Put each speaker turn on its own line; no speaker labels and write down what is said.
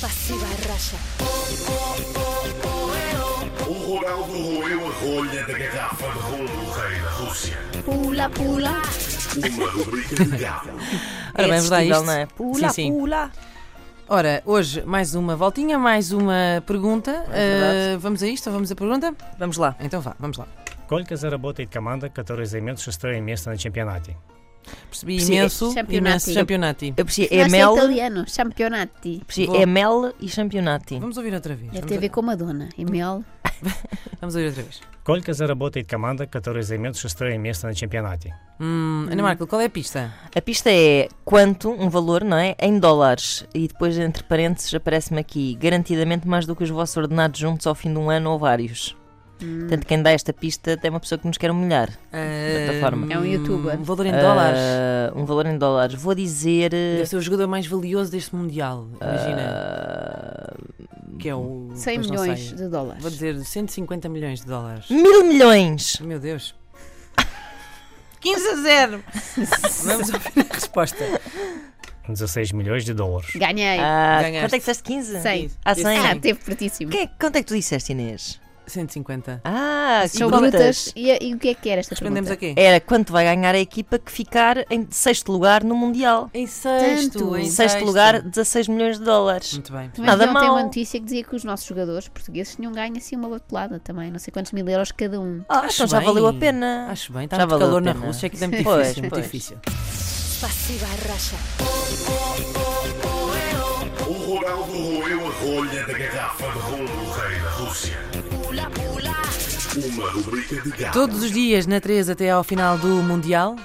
Pasiva raya.
O Ronaldo roeu a rolha da garrafa de rum do rei da Rússia.
Pula, pula.
Uma rubrica e de gado.
Ora,
é
vamos lá a
assistível,
isto.
não é? Pula,
Sim, sim.
pula.
Ora, hoje mais uma voltinha, mais uma pergunta.
É verdade.
Ah, vamos a isto ou vamos a pergunta?
Vamos lá.
Então vá, vamos lá.
Сколько заработает команда, которая займет шестое место на чемпионате?
Percebi
Percebi-
imenso,
Championati.
imenso championnati.
Eu preciso,
Não
é
sei
mel,
italiano, championati.
preciso,
Vou-
é mel e championati.
Vamos ouvir outra vez.
Deve
Vamos, Hum,
ter a ver com Madonna. E mel.
ou- vamos ouvir outra vez.
Сколько заработает команда, которая zаймет шестое место на чемпионате?
Hum, Ana Marco, qual é a pista?
A pista é quanto, um valor, não é? Em dólares. E depois, entre parênteses, aparece-me aqui garantidamente mais do que os vossos ordenados juntos ao fim de um ano ou vários.
Hum.
Portanto, quem dá esta pista tem uma pessoa que nos quer humilhar. plataforma.
É um youtuber.
Um Eh, valor em dólares.
Ah, um valor em dólares. Vou dizer.
Deve ser o jogador mais valioso deste Mundial. Imagina.
ah,
que é o.
100
pois não sei.
milhões de dólares.
Vou dizer 150 milhões de dólares.
eh, mil milhões!
Meu Deus. 15 a 0. Vamos ouvir a resposta.
16 milhões de долларов.
Ganhei.
Ah,
Ganhaste.
quanto é que disseste? 15?
Cem.
Ah,
Esse
100.
Ah,
sim.
teve pertíssimo.
Que- quanto é que tu disseste, Inês?
150.
Ah, que
São
brutas.
brutas. E, e o que é que era esta
Respondemos
pergunta?
aqui.
Era quanto vai ganhar a equipa que ficar em sexto lugar no Mundial.
Em sexto. Hum.
Tanto.
Em
Em sexto lugar, 16 milhões de dólares.
Muito bem.
Também
Nada
vi ontem
mal.
uma notícia que dizia que os nossos jogadores portugueses tinham ganho assim uma batelada também, não sei quantos mil euros cada um.
Ah,
Acho
então já
bem.
valeu a pena.
Acho bem, está
Já
muito
valeu a
calor na
pena.
Rússia, aqui está muito
Pois,
difícil, muito
pois.
difícil.
Pasiva raya.
O Ronaldo roeu a rolha da garrafa de rum do rei da Rússia. Uma rubrica e de gado.
Todos os dias, na 3 até ao final do Mundial,